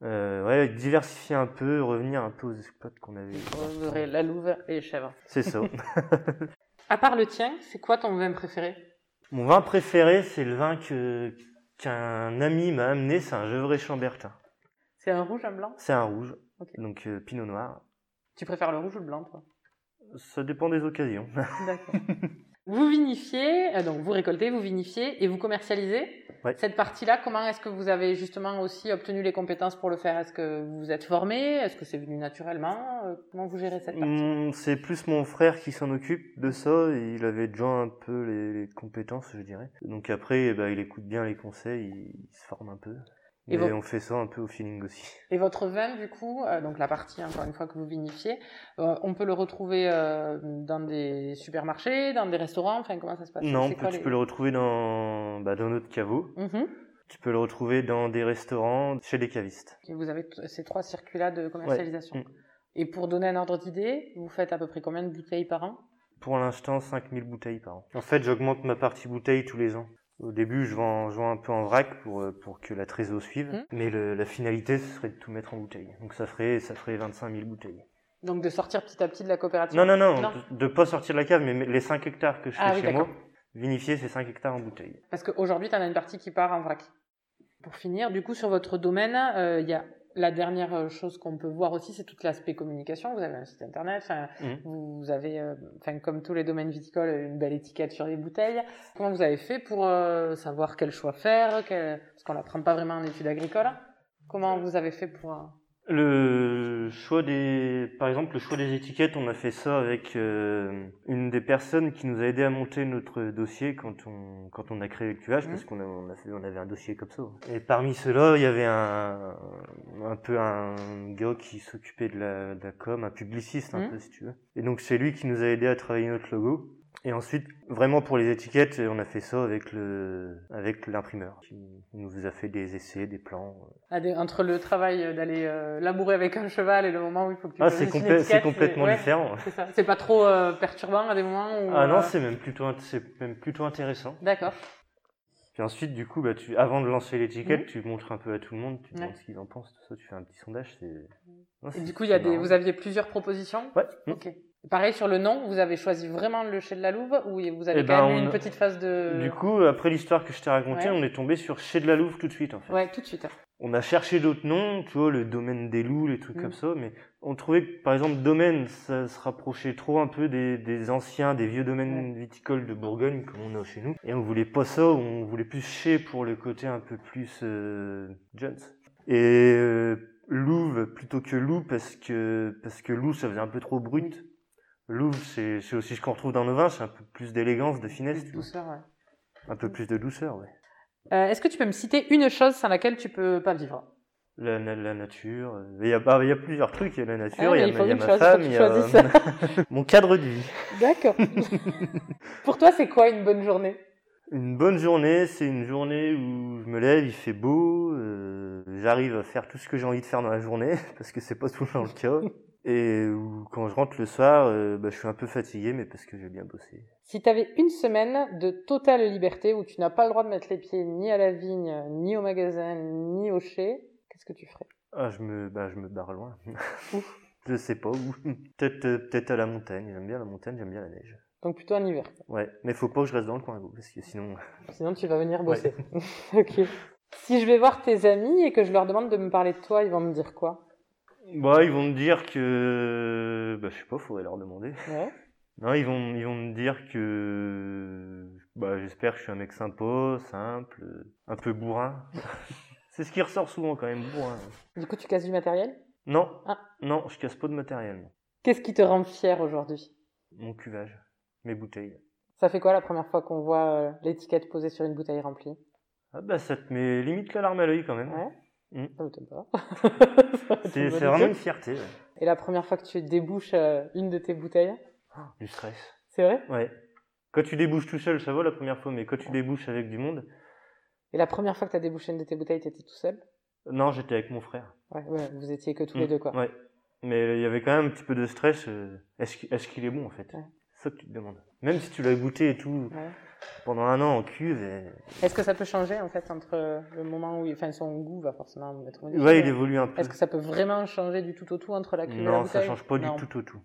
[SPEAKER 2] Euh, ouais, diversifier un peu, revenir un peu aux exploits qu'on avait.
[SPEAKER 1] On voudrait la louve et les chèvres.
[SPEAKER 2] C'est ça.
[SPEAKER 1] À part le tien, c'est quoi ton vin préféré
[SPEAKER 2] Mon vin préféré, c'est le vin que qu'un ami m'a amené, c'est un Gevrey Chambertin.
[SPEAKER 1] C'est un rouge, un blanc
[SPEAKER 2] C'est un rouge,
[SPEAKER 1] Ok.
[SPEAKER 2] donc euh, Pinot Noir.
[SPEAKER 1] Tu préfères le rouge ou le blanc, toi
[SPEAKER 2] Ça dépend des occasions.
[SPEAKER 1] D'accord. vous vinifiez, euh, donc vous récoltez, vous vinifiez et vous commercialisez.
[SPEAKER 2] Ouais.
[SPEAKER 1] Cette partie-là, comment est-ce que vous avez justement aussi obtenu les compétences pour le faire Est-ce que vous vous êtes formé Est-ce que c'est venu naturellement Euh, Comment vous gérez cette partie
[SPEAKER 2] Mm, C'est plus mon frère qui s'en occupe de ça. Il avait déjà un peu les, les compétences, je dirais. Donc après, eh ben, il écoute bien les conseils, il, il se forme un peu.
[SPEAKER 1] Et
[SPEAKER 2] Et
[SPEAKER 1] vos-
[SPEAKER 2] on fait ça un peu au feeling aussi.
[SPEAKER 1] Et votre vin, du coup, euh, donc la partie, encore une fois, que vous vinifiez, euh, on peut le retrouver euh, dans des supermarchés, dans des restaurants, enfin comment ça se passe
[SPEAKER 2] non,
[SPEAKER 1] C'est
[SPEAKER 2] tu
[SPEAKER 1] quoi les-
[SPEAKER 2] peux le retrouver dans, bah, dans notre caveau.
[SPEAKER 1] Mhm.
[SPEAKER 2] Tu peux le retrouver dans des restaurants, chez des cavistes.
[SPEAKER 1] Et vous avez t- ces trois circuits-là de commercialisation.
[SPEAKER 2] Mm.
[SPEAKER 1] Et pour donner un ordre d'idée, vous faites à peu près combien de bouteilles par an
[SPEAKER 2] Pour l'instant, 5000 bouteilles par an. En fait, j'augmente ma partie bouteille tous les ans. Au début, je vends, je vends un peu en vrac pour, euh, pour que la trésor suive.
[SPEAKER 1] Mhm.
[SPEAKER 2] Mais le- la finalité, ce serait de tout mettre en bouteille. Donc ça ferait, ça ferait 25 000 bouteilles.
[SPEAKER 1] Donc de sortir petit à petit de la coopérative.
[SPEAKER 2] Non, non, non,
[SPEAKER 1] Non.
[SPEAKER 2] De, de pas sortir de la cave, mais mais les 5 hectares que je fais
[SPEAKER 1] Ah oui,
[SPEAKER 2] chez moi,
[SPEAKER 1] d'accord.
[SPEAKER 2] vinifier ces 5 hectares en bouteille.
[SPEAKER 1] Parce qu'aujourd'hui, tu en as une partie qui part en vrac. Pour finir, du coup, sur votre domaine, euh, il y a La dernière chose qu'on peut voir aussi, c'est tout l'aspect communication. Vous avez un site internet, enfin,
[SPEAKER 2] Mhm.
[SPEAKER 1] vous avez, euh, enfin, comme tous les domaines viticoles, une belle étiquette sur les bouteilles. Comment vous avez fait pour euh, savoir quel choix faire quel- Parce qu'on l'apprend pas vraiment en études agricoles. Comment vous avez fait pour... euh,
[SPEAKER 2] Le choix des, par exemple, le choix des étiquettes, on a fait ça avec euh, une des personnes qui nous a aidé à monter notre dossier quand on quand on a créé le cuvage,
[SPEAKER 1] Mhm.
[SPEAKER 2] parce qu'on a, on a fait- on avait un dossier comme ça. Et parmi ceux-là, il y avait un un peu un gars qui s'occupait de la, de la com, un publiciste un
[SPEAKER 1] Mhm.
[SPEAKER 2] peu si tu veux. Et donc c'est lui qui nous a aidé à travailler notre logo. Et ensuite, vraiment pour les étiquettes, on a fait ça avec le avec l'imprimeur qui nous a fait des essais, des plans.
[SPEAKER 1] Ah, des- entre le travail euh, d'aller euh, labourer avec un cheval et le moment où il faut que tu
[SPEAKER 2] Ah,
[SPEAKER 1] choisisses
[SPEAKER 2] c'est
[SPEAKER 1] une
[SPEAKER 2] complè- c'est
[SPEAKER 1] étiquette,
[SPEAKER 2] complètement
[SPEAKER 1] ouais,
[SPEAKER 2] différent.
[SPEAKER 1] c'est ça. C'est pas trop euh, perturbant à des moments où...
[SPEAKER 2] Ah non,
[SPEAKER 1] euh,
[SPEAKER 2] c'est même plutôt, int- c'est même plutôt intéressant.
[SPEAKER 1] D'accord.
[SPEAKER 2] Puis ensuite, du coup, bah, tu, avant de lancer l'étiquette, tu montres un peu à tout le monde, tu
[SPEAKER 1] Mm. Ouais.
[SPEAKER 2] demandes ce qu'ils en pensent, tout ça, tu fais un petit sondage. C'est... Non,
[SPEAKER 1] Et
[SPEAKER 2] c'est-
[SPEAKER 1] du coup, il y a
[SPEAKER 2] c'est
[SPEAKER 1] des,
[SPEAKER 2] marrant.
[SPEAKER 1] vous aviez plusieurs propositions
[SPEAKER 2] Ouais. Mm.
[SPEAKER 1] Ok. Pareil sur le nom, vous avez choisi vraiment le chez de la Louve ou vous avez
[SPEAKER 2] Eh
[SPEAKER 1] quand
[SPEAKER 2] ben,
[SPEAKER 1] même eu
[SPEAKER 2] on-
[SPEAKER 1] une petite phase de.
[SPEAKER 2] Du coup, après l'histoire que je t'ai racontée,
[SPEAKER 1] Euh, Ouais.
[SPEAKER 2] on est tombé sur Chez de la Louve tout de suite, en fait.
[SPEAKER 1] Ouais, tout de suite.
[SPEAKER 2] On a cherché d'autres noms, tu vois, le domaine des loups, les trucs
[SPEAKER 1] Mhm.
[SPEAKER 2] comme ça, mais on trouvait que, par exemple, domaine, ça se rapprochait trop un peu des, des anciens, des vieux domaines viticoles de Bourgogne, comme on a chez nous. Et on voulait pas ça, on voulait plus chez pour le côté un peu plus euh, Jones. Et euh, louve plutôt que loup, parce que, parce que loup, ça faisait un peu trop brut. Louve, c'est c'est aussi ce qu'on retrouve dans nos vins, c'est un peu plus d'élégance, de finesse,
[SPEAKER 1] Plus
[SPEAKER 2] tu vois.
[SPEAKER 1] douceur, ouais.
[SPEAKER 2] un peu plus de douceur, ouais.
[SPEAKER 1] Euh, Est-ce que tu peux me citer une chose sans laquelle tu peux pas vivre
[SPEAKER 2] La, na- la nature. euh, Il y, a, bah, il y a plusieurs trucs. Il y a la nature,
[SPEAKER 1] Ah,
[SPEAKER 2] il y a,
[SPEAKER 1] mais il faut
[SPEAKER 2] ma- il y a
[SPEAKER 1] une
[SPEAKER 2] ma
[SPEAKER 1] chose, faut
[SPEAKER 2] femme,
[SPEAKER 1] que tu
[SPEAKER 2] il y a euh, mon cadre de vie.
[SPEAKER 1] D'accord. Pour toi, c'est quoi une bonne journée
[SPEAKER 2] Une bonne journée, c'est une journée où je me lève, il fait beau, euh, j'arrive à faire tout ce que j'ai envie de faire dans la journée, parce que c'est pas souvent le cas. Et où, quand je rentre le soir, euh, bah, je suis un peu fatigué, mais parce que j'ai bien bossé.
[SPEAKER 1] Si tu avais une semaine de totale liberté où tu n'as pas le droit de mettre les pieds ni à la vigne, ni au magasin, ni au chai, qu'est-ce que tu ferais
[SPEAKER 2] Ah, je me, bah, je me barre loin. je sais pas où. Peut-être, euh, peut-être à la montagne. J'aime bien la montagne, j'aime bien la neige.
[SPEAKER 1] Donc plutôt en hiver.
[SPEAKER 2] Ouais, mais faut pas que je reste dans le coin, parce que sinon.
[SPEAKER 1] Sinon, tu vas venir bosser. ok. Si je vais voir tes amis et que je leur demande de me parler de toi, ils vont me dire quoi
[SPEAKER 2] Bah, ils vont me dire que. Bah, je sais pas, faudrait leur demander.
[SPEAKER 1] Ouais.
[SPEAKER 2] Non, ils vont, ils vont me dire que. Bah, j'espère que je suis un mec sympa, simple, euh, un peu bourrin. C'est ce qui ressort souvent quand même, bourrin.
[SPEAKER 1] Du coup, tu casses du matériel
[SPEAKER 2] Non,
[SPEAKER 1] Ah.
[SPEAKER 2] non, je casse pas de matériel. non.
[SPEAKER 1] Qu'est-ce qui te rend fier aujourd'hui
[SPEAKER 2] Mon cuvage, mes bouteilles.
[SPEAKER 1] Ça fait quoi la première fois qu'on voit euh, l'étiquette posée sur une bouteille remplie
[SPEAKER 2] Ah, bah, ça te met limite la larme à l'œil quand même.
[SPEAKER 1] Ouais.
[SPEAKER 2] Mm.
[SPEAKER 1] Ça m'étonne pas.
[SPEAKER 2] C'est
[SPEAKER 1] Tu me
[SPEAKER 2] c'est
[SPEAKER 1] dis-
[SPEAKER 2] vraiment une fierté, ouais.
[SPEAKER 1] Et la première fois que tu débouches euh, une de tes bouteilles,
[SPEAKER 2] du stress.
[SPEAKER 1] c'est vrai
[SPEAKER 2] Ouais. Quand tu débouches tout seul, ça va la première fois, mais quand tu débouches avec du monde.
[SPEAKER 1] Et la première fois que tu as débouché une de tes bouteilles, t'étais tout seul
[SPEAKER 2] Non, j'étais avec mon frère.
[SPEAKER 1] ouais, ouais, vous étiez que tous
[SPEAKER 2] Mm,
[SPEAKER 1] les deux, quoi.
[SPEAKER 2] Ouais. Mais il y avait quand même un petit peu de stress. euh, Est-ce qu'il est-ce qu'il est bon en fait
[SPEAKER 1] Ouais.
[SPEAKER 2] C'est ça que tu te demandes. Même si tu l'as goûté et tout
[SPEAKER 1] Ouais.
[SPEAKER 2] pendant un an en cuve. et-
[SPEAKER 1] Est-ce que ça peut changer, en fait, entre euh, le moment où... il- Enfin, son goût va forcément être modifié.
[SPEAKER 2] Ouais, il évolue un peu.
[SPEAKER 1] Est-ce que ça peut vraiment changer du tout au tout entre la cuve et la
[SPEAKER 2] Non, ça
[SPEAKER 1] bouteille
[SPEAKER 2] change pas
[SPEAKER 1] Non.
[SPEAKER 2] du tout au tout.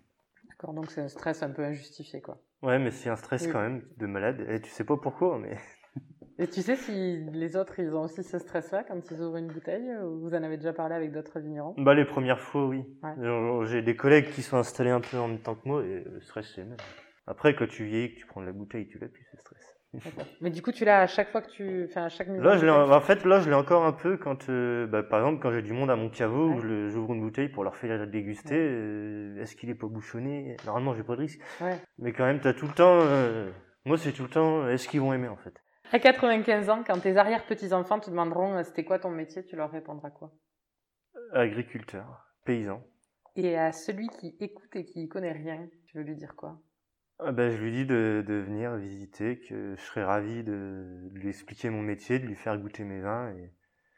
[SPEAKER 1] D'accord, donc c'est un stress un peu injustifié, quoi.
[SPEAKER 2] Ouais, mais c'est un stress
[SPEAKER 1] Oui.
[SPEAKER 2] quand même de malade. Et tu sais pas pourquoi, mais
[SPEAKER 1] Et tu sais si les autres, ils ont aussi ce stress-là quand ils ouvrent une bouteille ou Vous en avez déjà parlé avec d'autres vignerons
[SPEAKER 2] bah les premières fois, oui.
[SPEAKER 1] Ouais.
[SPEAKER 2] Genre, J'ai des collègues qui sont installés un peu en même temps que moi et le stress c'est le même. Après, quand tu vieillis, que tu prends de la bouteille, tu l'as plus ce stress.
[SPEAKER 1] Mais du coup, tu l'as à chaque fois que tu... Enfin, à chaque mise en
[SPEAKER 2] Là, je l'ai,
[SPEAKER 1] bouteille.
[SPEAKER 2] en en fait, là, je l'ai encore un peu quand, euh, bah, par exemple, quand j'ai du monde à mon caveau,
[SPEAKER 1] Ouais.
[SPEAKER 2] où je le- j'ouvre une bouteille pour leur faire la déguster,
[SPEAKER 1] Ouais.
[SPEAKER 2] euh, est-ce qu'il est pas bouchonné Normalement, j'ai pas de risque.
[SPEAKER 1] Ouais.
[SPEAKER 2] Mais quand même, t'as tout le temps, euh, moi, c'est tout le temps, euh, est-ce qu'ils vont aimer, en fait
[SPEAKER 1] À 95 ans, quand tes arrière-petits-enfants te demanderont euh, c'était quoi ton métier, tu leur répondras quoi
[SPEAKER 2] Agriculteur, paysan.
[SPEAKER 1] Et à celui qui écoute et qui y connaît rien, tu veux lui dire quoi
[SPEAKER 2] Ah, bah, je lui dis de, de venir visiter, que je serais ravi de, de lui expliquer mon métier, de lui faire goûter mes vins, et,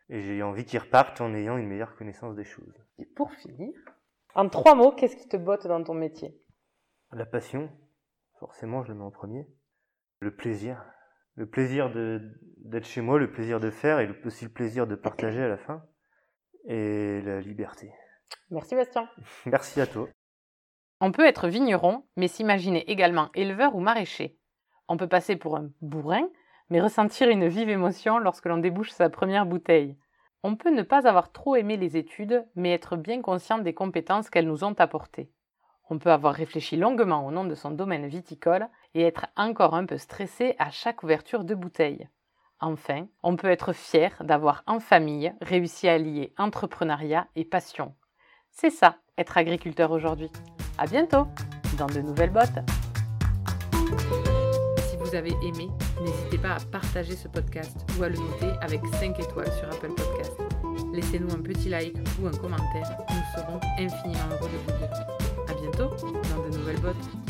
[SPEAKER 2] et j'ai envie qu'il reparte en ayant une meilleure connaissance des choses.
[SPEAKER 1] Et pour finir, en trois mots, qu'est-ce qui te botte dans ton métier
[SPEAKER 2] La passion, forcément, je le mets en premier. Le plaisir. Le plaisir de- d'être chez moi, le plaisir de faire et le, aussi le plaisir de partager à la fin. Et la liberté.
[SPEAKER 1] Merci Bastien.
[SPEAKER 2] Merci à toi.
[SPEAKER 1] On peut être vigneron, mais s'imaginer également éleveur ou maraîcher. On peut passer pour un bourrin, mais ressentir une vive émotion lorsque l'on débouche sa première bouteille. On peut ne pas avoir trop aimé les études, mais être bien conscient des compétences qu'elles nous ont apportées. On peut avoir réfléchi longuement au nom de son domaine viticole et être encore un peu stressé à chaque ouverture de bouteille. Enfin, on peut être fier d'avoir en famille réussi à lier entrepreneuriat et passion. C'est ça, être agriculteur aujourd'hui. À bientôt dans de nouvelles bottes. Si vous avez aimé, n'hésitez pas à partager ce podcast ou à le noter avec 5 étoiles sur Apple Podcast. Laissez-nous un petit like ou un commentaire, nous serons infiniment heureux de vous lire. À bientôt dans de nouvelles bottes.